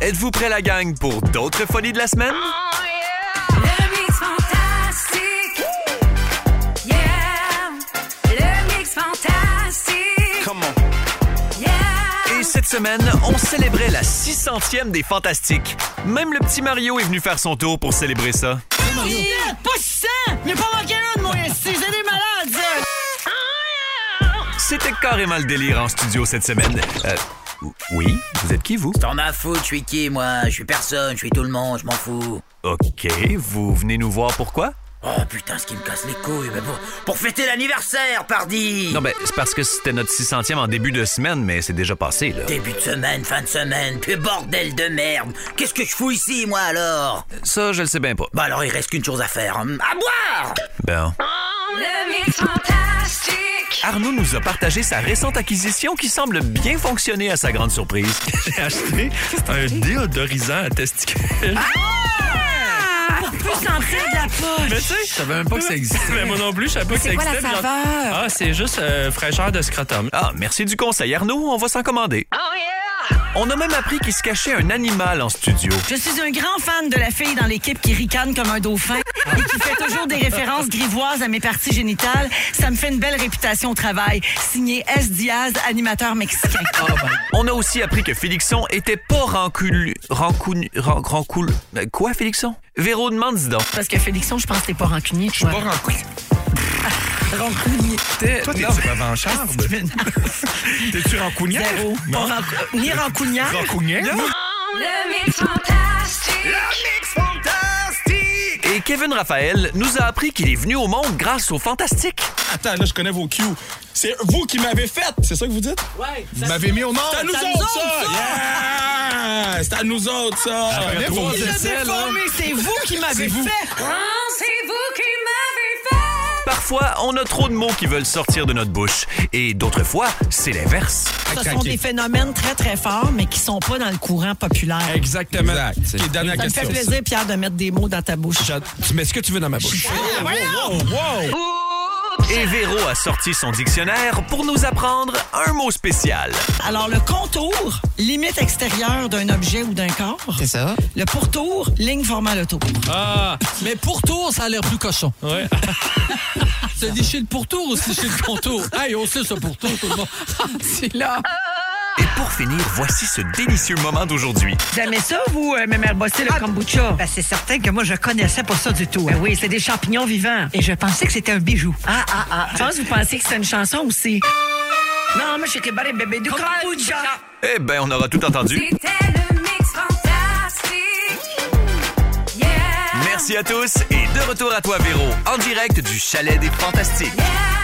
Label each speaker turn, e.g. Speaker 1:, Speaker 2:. Speaker 1: Êtes-vous prêt la gang pour d'autres folies de la semaine?
Speaker 2: Le mix fantastique. Yeah. Le mix fantastique.
Speaker 1: Come on.
Speaker 2: Yeah.
Speaker 1: Et cette semaine, on célébrait la 600e des Fantastiques. Même le petit Mario est venu faire son tour pour célébrer ça.
Speaker 3: Yeah, Pas 600! Il a pas manqué un de moi ici! C'est des malades! ça.
Speaker 1: C'était carrément le délire en studio cette semaine. Euh, oui, vous êtes qui, vous?
Speaker 4: T'en as foutu, je suis qui, moi Je suis personne, je suis tout le monde, je m'en fous.
Speaker 1: OK, vous venez nous voir pourquoi?
Speaker 4: Oh putain, ce qui me casse les couilles, mais pour, pour fêter l'anniversaire, pardi
Speaker 1: Non, ben, c'est parce que c'était notre 600e en début de semaine, mais c'est déjà passé, là.
Speaker 4: Début de semaine, fin de semaine, puis bordel de merde Qu'est-ce que je fous ici, moi, alors
Speaker 1: Ça, je le sais bien pas.
Speaker 4: Bah alors, il reste qu'une chose à faire, hein. à boire
Speaker 1: Ben,
Speaker 2: Le mix fantastique.
Speaker 1: Arnaud nous a partagé sa récente acquisition qui semble bien fonctionner à sa grande surprise.
Speaker 5: J'ai acheté un déodorisant à testicules.
Speaker 1: Ah!
Speaker 3: Pour plus sentir de la poche!
Speaker 5: Mais tu sais, je savais même pas que ça existait. Mais moi non plus, je savais pas que ça
Speaker 3: C'est quoi la
Speaker 5: existait. puis j'en-
Speaker 3: saveur?
Speaker 5: Ah, c'est juste euh, fraîcheur de scrotum.
Speaker 1: Ah, merci du conseil, Arnaud. On va s'en commander. On a même appris qu'il se cachait un animal en studio.
Speaker 3: Je suis un grand fan de la fille dans l'équipe qui ricane comme un dauphin et qui fait toujours des références grivoises à mes parties génitales. Ça me fait une belle réputation au travail. Signé S. Diaz, animateur mexicain. Oh,
Speaker 1: On a aussi appris que Félixon était pas rancul... Rancun... ran- Rancul... Euh, Quoi, Félixon? Véro, demande dis donc.
Speaker 3: Parce que Félixon, je pense que t'es pas rancunier. Je suis
Speaker 5: Pas rencontré.
Speaker 3: rancunier.
Speaker 5: Toi, t'es-tu revancharde? T'es-tu rancunière?
Speaker 3: Zéro. Pas
Speaker 5: Non.
Speaker 3: rancu- Ni rancunière.
Speaker 5: Rancunière?
Speaker 2: Le mix fantastique.
Speaker 1: Et Kevin Raphaël nous a appris qu'il est venu au monde grâce au fantastique.
Speaker 6: Attends, là, je connais vos cues. C'est vous qui m'avez fait, c'est ça que vous dites?
Speaker 7: Vous m'avez mis au monde.
Speaker 6: C'est à nous
Speaker 3: c'est à
Speaker 6: autres,
Speaker 3: nous
Speaker 6: ça!
Speaker 3: autres,
Speaker 6: Yeah! C'est à nous autres, ça!
Speaker 5: Après trois
Speaker 3: Il l'a
Speaker 5: essais, là.
Speaker 3: déformé, c'est vous qui m'avez fait.
Speaker 2: Ah, C'est vous qui m'avez fait.
Speaker 1: Parfois, on a trop de mots qui veulent sortir de notre bouche. Et d'autres fois, c'est l'inverse.
Speaker 3: Ce sont des phénomènes très, très forts, mais qui sont pas dans le courant populaire.
Speaker 6: Exactement.
Speaker 7: Exact.
Speaker 6: Ok, dernière
Speaker 3: Ça me
Speaker 6: question.
Speaker 3: fait plaisir, Pierre, de mettre des mots dans ta bouche. Ah,
Speaker 6: J'a- Tu mets ce que tu veux dans ma bouche. Wow, wow!
Speaker 1: Et Véro a sorti son dictionnaire pour nous apprendre un mot spécial.
Speaker 3: Alors, le contour, limite extérieure d'un objet ou d'un corps.
Speaker 7: C'est ça.
Speaker 3: Le pourtour, ligne formant le tour.
Speaker 5: Ah,
Speaker 8: Mais pourtour, ça a l'air plus cochon.
Speaker 5: ouais.
Speaker 8: C'est dit chez le pourtour aussi chez le contour. Hey, on sait ce pourtour, tout le monde. c'est là.
Speaker 1: Et pour finir, voici ce délicieux moment d'aujourd'hui.
Speaker 3: Vous aimez ça, vous, euh, Mémère Bossé, le kombucha? Ben, c'est certain que moi, je connaissais pas ça du tout. oui, c'est des champignons vivants. Et je pensais que c'était un bijou. Ah, ah, ah. Je pense que vous pensez que c'était une chanson aussi. Non, mais je suis bébé du kombucha.
Speaker 1: Eh ben, on aura tout entendu.
Speaker 2: C'était le mix fantastique. Yeah.
Speaker 1: Merci à tous et de retour à toi, Véro, en direct du Chalet des Fantastiques.
Speaker 2: Yeah.